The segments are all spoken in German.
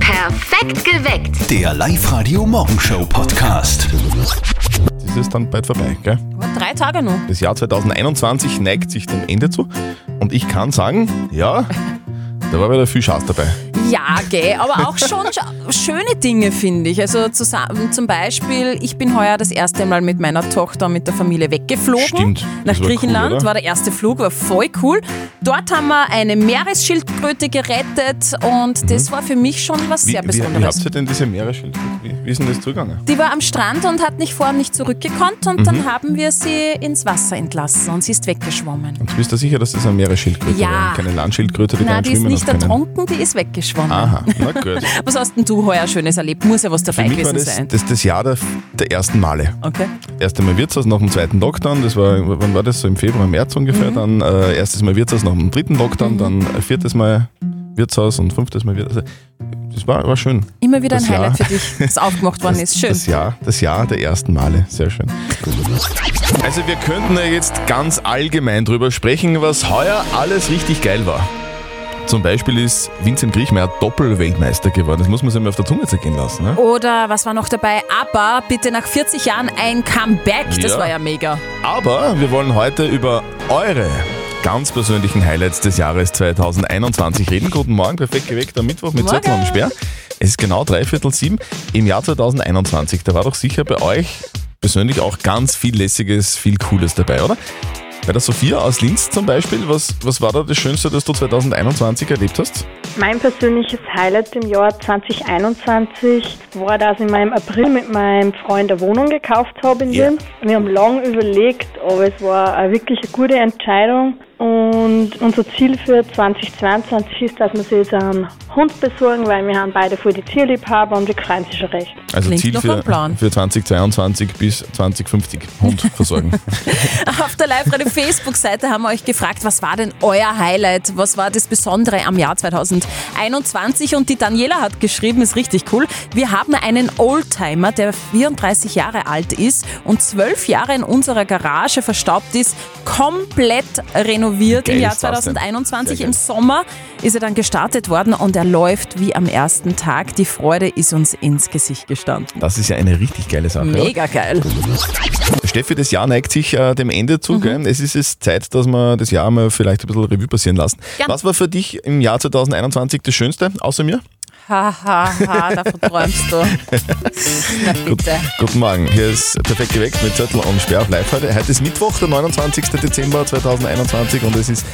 Perfekt geweckt. Der Live-Radio Morgenshow Podcast. Das ist dann bald vorbei, gell? Drei Tage noch. Das Jahr 2021 neigt sich dem Ende zu und ich kann sagen, ja, da war wieder viel Schatz dabei. Ja, gell, aber auch schon sch- schöne Dinge, finde ich. Also zusammen, zum Beispiel, ich bin heuer das erste Mal mit meiner Tochter und mit der Familie weggeflogen. Stimmt, Nach das war cool, Griechenland oder? war der erste Flug, war voll cool. Dort haben wir eine Meeresschildkröte gerettet und das war für mich schon was Mhm. Wie, sehr wie, wie habt Besonderes. ihr denn diese Meeresschildkröte? Wie, wie ist denn das zugegangen? Die war am Strand und hat nicht vor und nicht zurückgekonnt und Mhm. dann haben wir sie ins Wasser entlassen und sie ist weggeschwommen. Und bist du sicher, dass das eine Meeresschildkröte Ja. war? und Keine Landschildkröte, die Na, kann die ist schwimmen nicht noch können? ertrunken, die ist weggeschwommen. Aha, na gut. Was hast denn du heuer Schönes erlebt? Muss ja was Für dabei mich war gewesen das sein. das, das Jahr der, der ersten Male. Okay. Erste Mal Wirtshaus nach dem zweiten Lockdown, das war, wann war das? So im Februar, März Mhm. ungefähr. Dann äh, erstes Mal Wirtshaus nach dem dritten Lockdown, dann äh, viertes Mal Wirtshaus und fünftes Mal Wirtshaus. Also, Das war, war schön. Immer wieder Das ein Highlight für Jahr. dich, das aufgemacht worden ist. Schön. Das Jahr, das Jahr der ersten Male. Sehr schön. Also wir könnten ja jetzt ganz allgemein drüber sprechen, was heuer alles richtig geil war. Zum Beispiel ist Vincent Griechmeier Doppelweltmeister geworden. Das muss man sich mal auf der Zunge zergehen lassen. Ne? Oder was war noch dabei? Aber bitte nach 40 Jahren ein Comeback. Das Ja. war ja mega. Aber wir wollen heute über eure ganz persönlichen Highlights des Jahres 2021 reden. Guten Morgen, perfekt geweckt am Mittwoch mit Morgen. Zettel und Sperr. Es ist genau dreiviertel sieben im Jahr 2021. Da war doch sicher bei euch persönlich auch ganz viel Lässiges, viel Cooles dabei, oder? Bei der Sophia aus Linz zum Beispiel, was, was war da das Schönste, das du 2021 erlebt hast? Mein persönliches Highlight im Jahr 2021 war, dass ich mir im April mit meinem Freund eine Wohnung gekauft habe in Ja. Wien. Wir haben lange überlegt, aber es war eine wirklich eine gute Entscheidung. Und unser Ziel für 2022 ist, dass wir sie jetzt einen Hund besorgen, weil wir haben beide voll die Tierliebhaber und wir freuen uns schon recht. Also Klingt Ziel nach für, einem Plan. für 2022 bis 2050 Hund versorgen. Auf der Live-Radio Facebook-Seite haben wir euch gefragt, was war denn euer Highlight? Was war das Besondere am Jahr 2021? Und die Daniela hat geschrieben, ist richtig cool. Wir haben einen Oldtimer, der 34 Jahre alt ist und 12 Jahre in unserer Garage verstaubt ist, komplett renoviert Geil im Jahr ist das denn. 2021 ne? Sehr im geil. Sommer ist er dann gestartet worden und er läuft wie am ersten Tag. Die Freude ist uns ins Gesicht gestanden. Das ist ja eine richtig geile Sache. oder? Mega geil. Steffi, das Jahr neigt sich äh, dem Ende zu. Gell? Es ist jetzt Zeit, dass wir das Jahr mal vielleicht ein bisschen Revue passieren lassen. Gern. Was war für dich im Jahr 2021 das Schönste, außer mir? Hahaha, ha, ha, davon träumst du. Na bitte. Guten Morgen, hier ist Perfekt geweckt mit Zettel und Sperr auf live heute. Heute ist Mittwoch, der 29. Dezember 2021 und es ist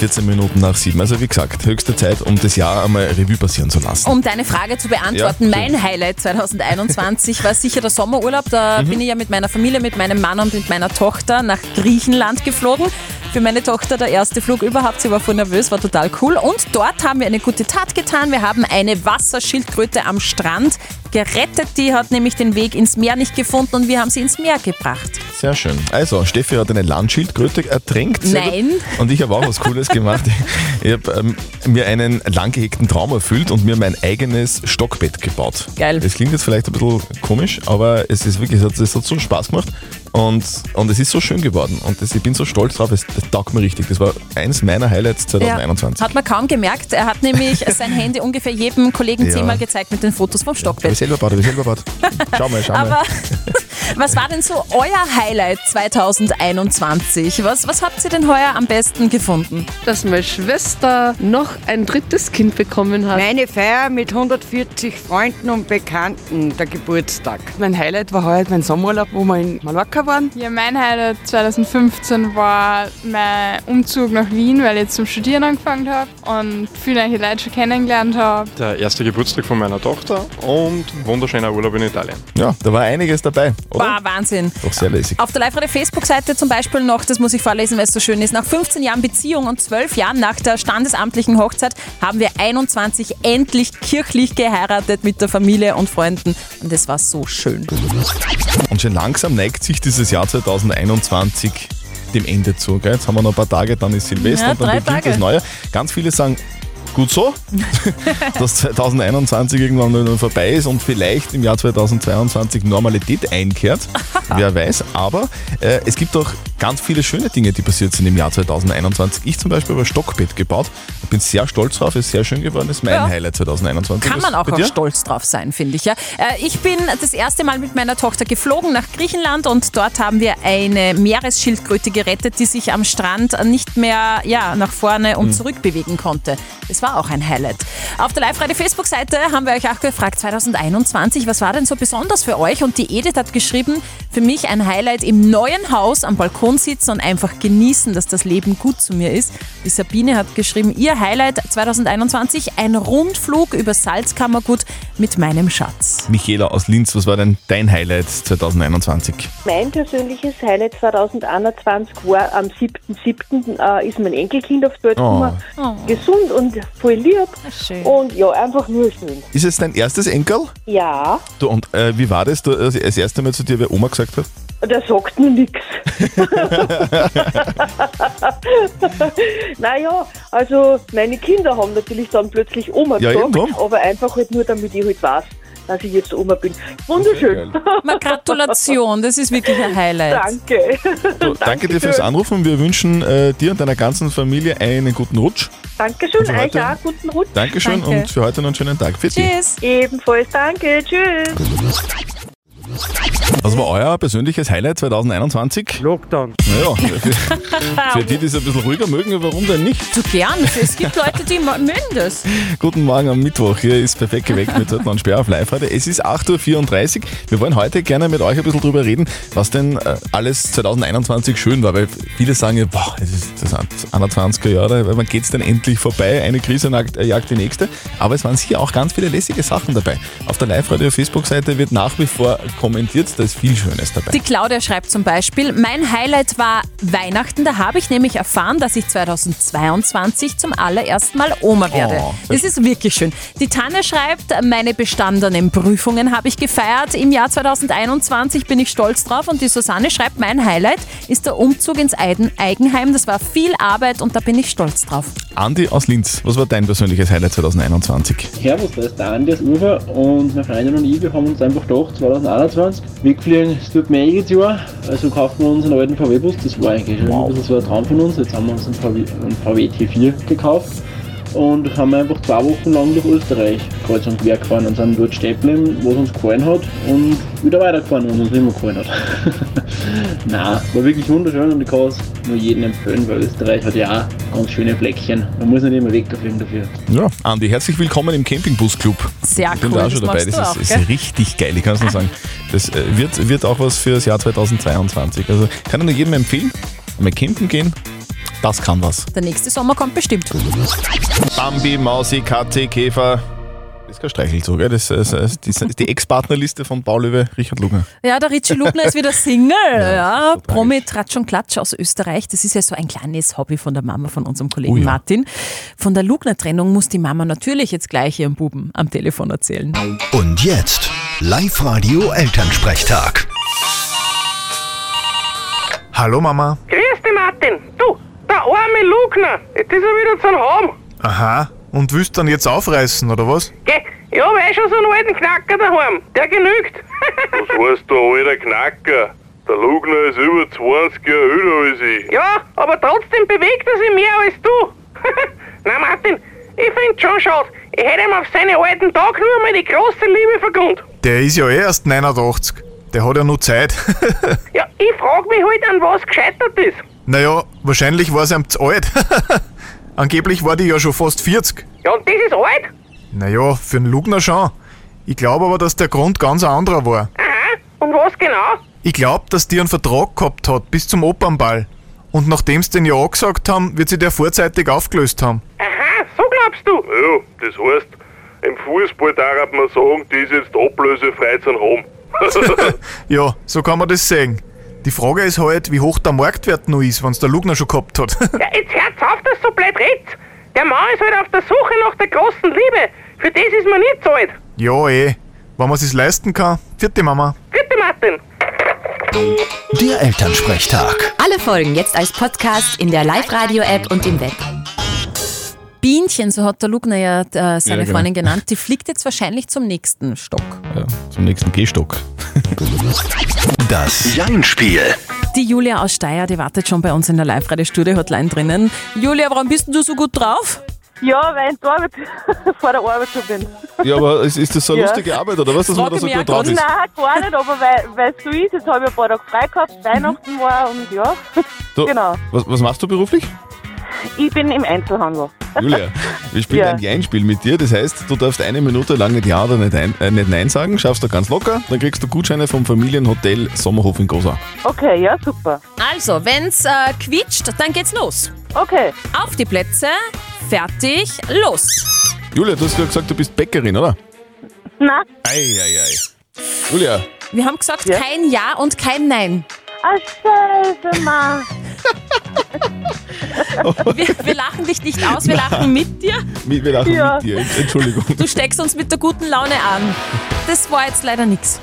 14 Minuten nach 7. Also wie gesagt, höchste Zeit, um das Jahr einmal Revue passieren zu lassen. Um deine Frage zu beantworten, Ja, mein Highlight 2021 war sicher der Sommerurlaub. Da bin ich ja mit meiner Familie, mit meinem Mann und mit meiner Tochter nach Griechenland geflogen. Für meine Tochter der erste Flug überhaupt. Sie war voll nervös, war total cool. Und dort haben wir eine gute Tat getan. Wir haben eine Wasserschildkröte am Strand gerettet. Die hat nämlich den Weg ins Meer nicht gefunden und wir haben sie ins Meer gebracht. Sehr schön. Also, Steffi hat eine Landschildkröte ertränkt. Sehr Nein. gut. Und ich habe auch was Cooles gemacht. Ich habe ähm, mir einen lang gehegten Traum erfüllt und mir mein eigenes Stockbett gebaut. Geil. Das klingt jetzt vielleicht ein bisschen komisch, aber es ist wirklich, es hat, es hat so Spaß gemacht und, und es ist so schön geworden. Und das, ich bin so stolz drauf, es das taugt mir richtig. Das war eins meiner Highlights 2021. Hat man kaum gemerkt. Er hat nämlich sein Handy ungefähr jedem Kollegen Ja. zehnmal gezeigt mit den Fotos vom Hab ich Stockbett. selber gebaut, hab ich selber gebaut. Schau mal, schau mal. Aber was war denn so euer Highlight 2021? Was, was habt ihr denn heuer am besten gefunden? dass meine Schwester noch ein drittes Kind bekommen hat. Meine Feier mit 140 Freunden und Bekannten, der Geburtstag. Mein Highlight war heute mein Sommerurlaub, wo wir in Mallorca waren. Ja, mein Highlight 2015 war mein Umzug nach Wien, weil ich jetzt zum Studieren angefangen habe und viele neue Leute schon kennengelernt habe. Der erste Geburtstag von meiner Tochter und wunderschöner Urlaub in Italien. Ja, da war einiges dabei, oder? War Wahnsinn. Doch sehr lässig. Auf der live Facebook-Seite zum Beispiel noch, das muss ich vorlesen, weil es so schön ist, nach 15 Jahren Beziehung und 12 Jahren nach der standesamtlichen Hochzeit haben wir 21 endlich kirchlich geheiratet mit der Familie und Freunden. Und das war so schön. Und schon langsam neigt sich dieses Jahr 2021 dem Ende zu. Gell? Jetzt haben wir noch ein paar Tage, dann ist Silvester Ja, und dann drei beginnt Tage. das Neue. Ganz viele sagen, gut so, dass 2021 irgendwann nur noch vorbei ist und vielleicht im Jahr 2022 Normalität einkehrt. Wer weiß, aber äh, es gibt auch ganz viele schöne Dinge, die passiert sind im Jahr 2021. Ich zum Beispiel habe ein Stockbett gebaut. Ich bin sehr stolz drauf, ist sehr schön geworden, ist mein Ja. Highlight 2021. Kann Was man auch, bei auch dir? stolz drauf sein, finde ich. Ja. Äh, Ich bin das erste Mal mit meiner Tochter geflogen nach Griechenland und dort haben wir eine Meeresschildkröte gerettet, die sich am Strand nicht mehr ja, nach vorne und zurück bewegen konnte. Das war auch ein Highlight. Auf der Live-Radio-Facebook-Seite haben wir euch auch gefragt, 2021, was war denn so besonders für euch? Und die Edith hat geschrieben, für mich ein Highlight im neuen Haus am Balkon sitzen und einfach genießen, dass das Leben gut zu mir ist. Die Sabine hat geschrieben, ihr Highlight 2021, ein Rundflug über Salzkammergut mit meinem Schatz. Michaela aus Linz, was war denn dein Highlight 2021? Mein persönliches Highlight 2021 war am 7.7. äh, ist mein Enkelkind aufs Bild Oh. gekommen. Gesund und voll lieb. Schön. Und ja, einfach nur schön. Ist es dein erstes Enkel? Ja, Du, und äh, wie war das, du, als als erste Mal zu dir, wer Oma gesagt hat? das sagt mir nichts. Naja, also meine Kinder haben natürlich dann plötzlich Oma Ja, eben gesagt, drum. aber einfach halt nur, damit ich halt weiß, dass ich jetzt Oma bin. Wunderschön. Ma, Gratulation, das ist wirklich ein Highlight. Danke. Du, danke dir fürs Anrufen. Wir wünschen äh, dir und deiner ganzen Familie einen guten Rutsch. Dankeschön, Und euch heute? auch guten Rutsch. Dankeschön Danke. und für heute noch einen schönen Tag. Für dich. Tschüss. Ebenfalls danke. Tschüss. Was war euer persönliches Highlight 2021? Lockdown. Naja, für, für die, die es ein bisschen ruhiger mögen, warum denn nicht? Du gern, es gibt Leute, die mögen das. Guten Morgen am Mittwoch. Hier ist perfekt geweckt mit Hörtner und Sperr auf live heute. Es ist 8.34 Uhr. Wir wollen heute gerne mit euch ein bisschen drüber reden, was denn äh, alles 2021 schön war, weil viele sagen ja, boah, es ist das 21er Jahr, weil wann geht's denn endlich vorbei? Eine Krise nagt- äh, jagt die nächste. Aber es waren sicher auch ganz viele lässige Sachen dabei. Auf der Live-Radio-Facebook-Seite wird nach wie vor kommentiert, da ist viel Schönes dabei. Die Claudia schreibt zum Beispiel, mein Highlight war Weihnachten. Da habe ich nämlich erfahren, dass ich 2022 zum allerersten Mal Oma werde. Oh, sehr das ist wirklich schön. Die Tanne schreibt, meine bestandenen Prüfungen habe ich gefeiert. Im Jahr 2021 bin ich stolz drauf. Und die Susanne schreibt, mein Highlight ist der Umzug ins Eiden Eigenheim. Das war viel Arbeit und da bin ich stolz drauf. Andi aus Linz, was war dein persönliches Highlight 2021? Servus, da ist der Andi aus Ufer und meine Freundin und ich, wir haben uns einfach gedacht, 2021, wegfliegen, es tut mir eh jedes Jahr, also kaufen wir uns einen alten VW-Bus, das war eigentlich schon ein bisschen so ein Traum von uns, jetzt haben wir uns einen VW, einen VW T4 gekauft und haben einfach zwei Wochen lang durch Österreich kreuz und quer gefahren und sind dort stehen geblieben, wo es uns gefallen hat und wieder weitergefahren, wo es uns nicht mehr gefallen hat. Nein, war wirklich wunderschön und ich kann es nur jedem empfehlen, weil Österreich hat ja auch ganz schöne Fleckchen, man muss nicht immer wegfliegen dafür. Ja, Andi, herzlich willkommen im Campingbus-Club. Sehr ich bin cool, da auch schon das dabei. magst Das du ist, auch, gell? ist richtig geil, ich kann es nur sagen. Das äh, wird, wird auch was für das Jahr 2022. Also kann ich nur jedem empfehlen, mal campen gehen, das kann was. Der nächste Sommer kommt bestimmt. Bambi, Mausi, Katze, Käfer. Das ist kein Streichelzug, gell? das ist, das ist die- die Ex-Partnerliste von Paul Löwe, Richard Lugner. Ja, der Richie Lugner ist wieder Single. das ja, ist so tragisch. Promi Tratsch und Klatsch aus Österreich. Das ist ja so ein kleines Hobby von der Mama von unserem Kollegen Oh ja. Martin. Von der Lugner-Trennung muss die Mama natürlich jetzt gleich ihrem Buben am Telefon erzählen. Und jetzt Live-Radio Elternsprechtag. Hallo Mama. Grüß dich, Martin. Du, der arme Lugner, jetzt ist er wieder zu haben. Aha, und willst dann jetzt aufreißen, oder was? Geh, ich hab eh schon so einen alten Knacker daheim. Der genügt. Was heißt da, alter Knacker? Der Lugner ist über 20 Jahre älter als ich. ja, aber trotzdem bewegt er sich mehr als du. Na, Martin, ich find's schon schade. Ich hätte ihm auf seine alten Tag nur mal die große Liebe vergund. Der ist ja eh erst 89. Der hat ja nur Zeit. Ja, ich frag mich halt, an was gescheitert ist. naja, wahrscheinlich war es ihm zu alt. Angeblich war die ja schon fast 40. Ja, und das ist alt. Naja, für den Lugner schon. Ich glaube aber, dass der Grund ganz ein anderer war. Aha, und was genau? Ich glaube, dass die einen Vertrag gehabt hat bis zum Opernball. Und nachdem sie den ja angesagt haben, wird sie der vorzeitig aufgelöst haben. Aha, so glaubst du. Ja, das heißt, im Fußball darf man sagen, die ist jetzt ablösefrei zu haben. Ja, so kann man das sehen. Die Frage ist halt, wie hoch der Marktwert noch ist, wenn es der Lugner schon gehabt hat. Ja, jetzt hört's auf, dass du so blöd redst. Der Mann ist halt auf der Suche nach der großen Liebe. Für das ist man nicht zu alt. ja, eh. Wenn man es leisten kann, vierte Mama. Bitte, Martin. Der Elternsprechtag. Alle Folgen jetzt als Podcast in der Live-Radio-App und im Web. Bienchen, so hat der Lugner ja äh, seine Ja, genau. Freundin genannt, die fliegt jetzt wahrscheinlich zum nächsten Stock. Ja, zum nächsten Gehstock. Das Jein-Spiel. Die Julia aus Steyr, die wartet schon bei uns in der Live-Radio-Studio-Hotline drinnen. Julia, warum bist denn du so gut drauf? Ja, weil ich da Arbeit, vor der Arbeit schon bin. Ja, aber ist, ist das so eine Ja. lustige Arbeit oder was, dass man da so gut drauf Nein, ist? gar nicht, aber weil weil es so ist, jetzt habe ich ein paar Tage frei gehabt, Weihnachten war und ja. Du, Genau. was, was machst du beruflich? Ich bin im Einzelhandel. Julia, wir spielen Ja. ein Jein-Spiel mit dir. Das heißt, du darfst eine Minute lang nicht Ja oder nicht, ein, äh, nicht Nein sagen, schaffst du ganz locker, dann kriegst du Gutscheine vom Familienhotel Sommerhof in Gosau. Okay, ja, super. Also, wenn's äh, quietscht, dann geht's los. Okay. Auf die Plätze, fertig, los. Julia, du hast ja gesagt, du bist Bäckerin, oder? Na, Eieiei. Julia, Wir haben gesagt, kein Ja und kein Nein. Ah, scheiße, Mann. wir, wir lachen dich nicht aus, wir lachen mit dir. wir wir lachen Ja. mit dir. Entschuldigung. Du steckst uns mit der guten Laune an. Das war jetzt leider nichts.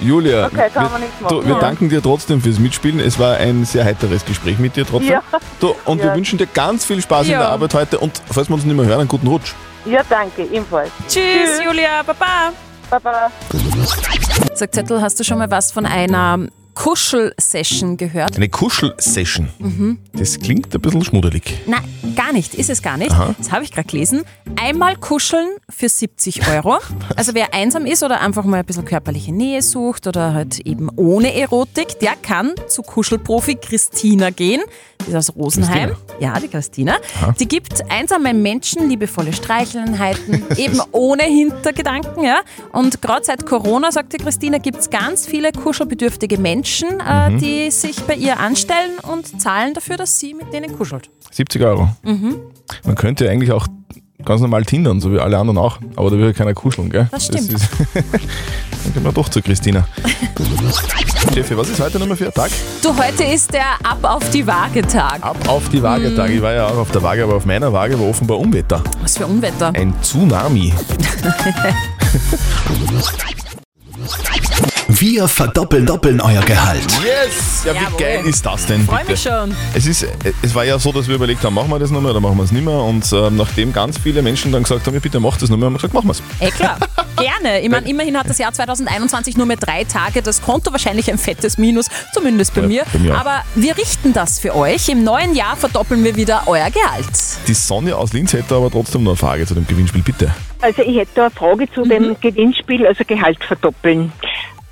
Julia, Okay, kann wir, man nichts machen. du, wir Ja. danken dir trotzdem fürs Mitspielen. Es war ein sehr heiteres Gespräch mit dir trotzdem. Ja. Du, und wir Ja. wünschen dir ganz viel Spaß in Ja. der Arbeit heute und falls wir uns nicht mehr hören, einen guten Rutsch. Ja, danke, ebenfalls. Tschüss, Julia, Baba. Baba. Sag Zettel, hast du schon mal was von einer Kuschel-Session gehört? Eine Kuschelsession. Mhm. Das klingt ein bisschen schmuddelig. Nein, gar nicht, ist es gar nicht. Aha. Das habe ich gerade gelesen. Einmal kuscheln für 70 Euro. Also wer einsam ist oder einfach mal ein bisschen körperliche Nähe sucht oder halt eben ohne Erotik, der kann zu Kuschelprofi Christina gehen. Die ist aus Rosenheim. Ja, die Christina. Aha. Die gibt einsamen Menschen liebevolle Streicheleinheiten, eben ohne Hintergedanken. Ja? Und gerade seit Corona, sagt die Christina, gibt es ganz viele kuschelbedürftige Menschen, äh, Mhm. die sich bei ihr anstellen und zahlen dafür, dass sie mit denen kuschelt. 70 Euro. Mhm. Man könnte ja eigentlich auch ganz normal tindern, so wie alle anderen auch. Aber da will ja keiner kuscheln, gell? Das stimmt. ist- Dann gehen wir doch zu Christina. Steffi, was ist heute nochmal für ein Tag? Du, heute ist der Ab auf die Waage-Tag. Ab auf die Waage Tag. Ich war ja auch auf der Waage, aber auf meiner Waage war offenbar Unwetter. Was für Unwetter? Ein Tsunami. Wir verdoppeln doppeln euer Gehalt. Yes! Ja, wie geil ist das denn? Freu Bitte? mich schon. Es, ist, es war ja so, dass wir überlegt haben, machen wir das nochmal oder machen wir es nicht mehr. Und ähm, nachdem ganz viele Menschen dann gesagt haben, ja, bitte macht das nochmal, haben wir gesagt, machen wir es. Eh klar, gerne. Ich meine, immerhin hat das Jahr 2021 nur mehr drei Tage das Konto, wahrscheinlich ein fettes Minus, zumindest bei, Ja, mir. bei mir auch. Aber wir richten das für euch. Im neuen Jahr verdoppeln wir wieder euer Gehalt. Die Sonja aus Linz hätte aber trotzdem noch eine Frage zu dem Gewinnspiel, bitte. Mhm. Also ich hätte da eine Frage zu dem Gewinnspiel, also Gehalt verdoppeln.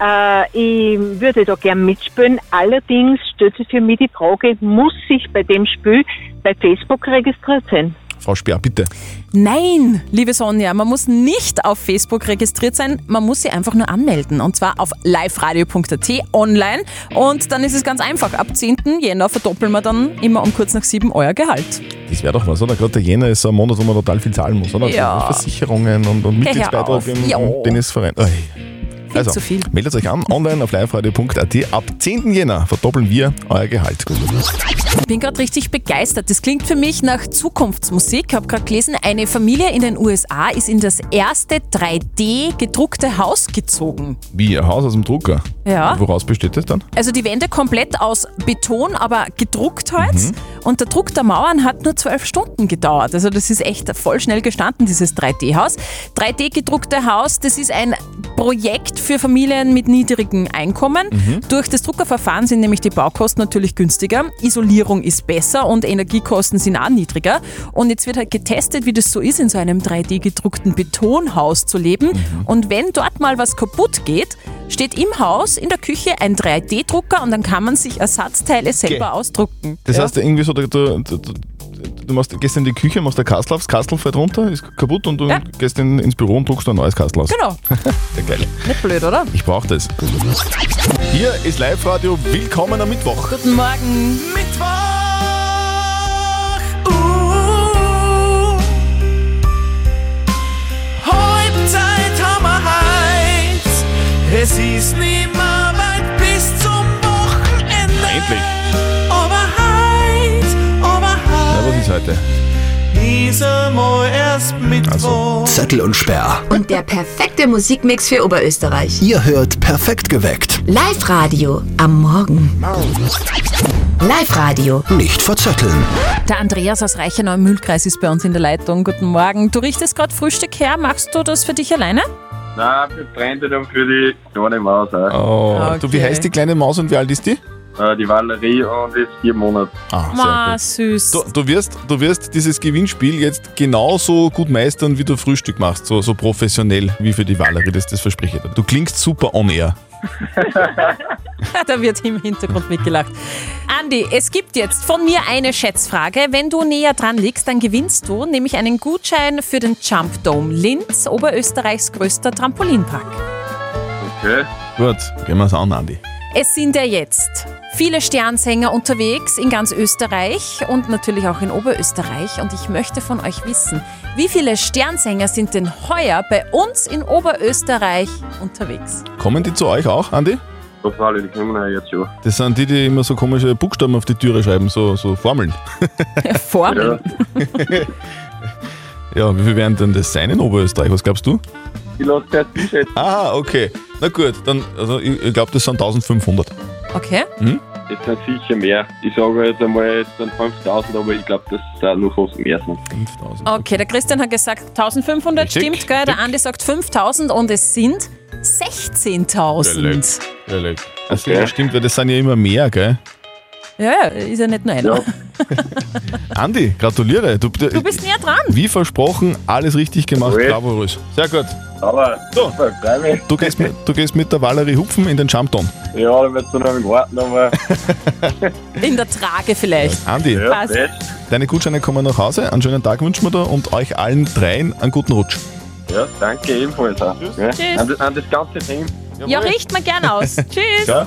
Äh, ich würde da gern mitspielen, allerdings stellt sich für mich die Frage, muss ich bei dem Spiel bei Facebook registriert sein? Frau Speer, bitte. Nein, liebe Sonja, man muss nicht auf Facebook registriert sein, man muss sie einfach nur anmelden. Und zwar auf liveradio.at online. Und dann ist es ganz einfach. Ab 10. Jänner verdoppeln wir dann immer um kurz nach sieben euer Gehalt. Das wäre doch was, oder? Gerade der Jänner ist so ein Monat, wo man total viel zahlen muss, oder? Also Ja. Versicherungen und, und Hör Mitgliedsbeitrag auf. im Ja. im Tennisverein. Ui. Also, zu viel. meldet euch an, online auf liveradio.at. Ab 10. Jänner verdoppeln wir euer Gehalt. Ich bin gerade richtig begeistert. Das klingt für mich nach Zukunftsmusik. Ich habe gerade gelesen, eine Familie in den USA ist in das erste 3D-gedruckte Haus gezogen. Wie, ein Haus aus dem Drucker? Ja. Und Woraus besteht das dann? Also die Wände komplett aus Beton, aber gedruckt halt. Und der Druck der Mauern hat nur zwölf Stunden gedauert. Also das ist echt voll schnell gestanden, dieses 3D-Haus. 3D-gedruckte Haus, das ist ein Projekt für Familien mit niedrigem Einkommen. Mhm. Durch das Druckerverfahren sind nämlich die Baukosten natürlich günstiger, Isolierung ist besser und Energiekosten sind auch niedriger. Und jetzt wird halt getestet, wie das so ist, in so einem 3D-gedruckten Betonhaus zu leben. Mhm. Und wenn dort mal was kaputt geht, steht im Haus in der Küche ein 3D-Drucker und dann kann man sich Ersatzteile selber ausdrucken. Das Ja. heißt irgendwie so, du, du, du, du machst, gehst in die Küche, machst ein Kastel aufs Kastel fällt runter, ist kaputt und du Ja. gehst in, ins Büro und druckst ein neues Kastel aus. Genau. Sehr geil. Nicht blöd, oder? Ich brauche das. Hier ist Live-Radio. Willkommen am Mittwoch. Guten Morgen. Uh. Heubzeit hammerheiß. Es ist nimmer weit bis zum Wochenende. Endlich. Aber heit, aber Na, heit. was ist heute? Ist einmal erst Mittwoch. Zettel und Sperr. Und der perfekte Musikmix für Oberösterreich. Ihr hört perfekt geweckt. Live-Radio am Morgen. Live-Radio. Nicht verzetteln. Der Andreas aus Reichenau im Mühlkreis ist bei uns in der Leitung. Guten Morgen. Du richtest gerade Frühstück her. Machst du das für dich alleine? Nein, wir brennten dann für die kleine Maus. Auch. Ah, Oh, du, wie heißt die kleine Maus und wie alt ist die? Äh, die Valerie und ist vier Monate. Ah, Ma, süß. Du, du, wirst, du wirst dieses Gewinnspiel jetzt genauso gut meistern, wie du Frühstück machst. So, so professionell wie für die Valerie, das, das verspreche ich dir. Du klingst super on air. da wird im Hintergrund mitgelacht. Andi, es gibt jetzt von mir eine Schätzfrage. Wenn du näher dran liegst, dann gewinnst du nämlich einen Gutschein für den Jump Dome Linz, Oberösterreichs größter Trampolinpark. Okay. Gut, gehen wir's an, Andi. Es sind ja jetzt viele Sternsänger unterwegs in ganz Österreich und natürlich auch in Oberösterreich. Und ich möchte von euch wissen, wie viele Sternsänger sind denn heuer bei uns in Oberösterreich unterwegs? Kommen die zu euch auch, Andi? Total, die kriegen wir jetzt schon. Das sind die, die immer so komische Buchstaben auf die Türe schreiben, so, so Formeln. Formeln? Ja. wie viel werden denn das sein in Oberösterreich? Was glaubst du? Ich lasse das T-Shirt. Ah, okay. Na gut, dann, also ich, ich glaube, das sind 1500. Okay. Hm? Es sind sicher mehr. Ich sage jetzt einmal, es sind 5000, aber ich glaube, das sind nur fast mehr. 5000. Okay, der Christian hat gesagt 1500, Richtig, stimmt, gell? Der Andi sagt 5000 und es sind 16.000. Ehrlich. Also, ja, stimmt, weil das sind ja immer mehr, gell? Ja, ja, ist ja nicht nur einer. Andi, gratuliere. Du, Du bist näher dran. Wie versprochen, alles richtig gemacht. Bravo, Rös. Sehr gut. Aber, so, freu mich. Du gehst, mit, du gehst mit der Valerie Hupfen in den Jumpdown. Ja, dann wird es noch im Warten, aber In der Trage vielleicht. Andi, Passt. deine Gutscheine kommen nach Hause. Einen schönen Tag wünschen wir dir und euch allen dreien einen guten Rutsch. ja, danke ebenfalls. Auch, gell? Tschüss. An, das- an das ganze Team. Ja, riecht man gern aus. Tschüss. Ja.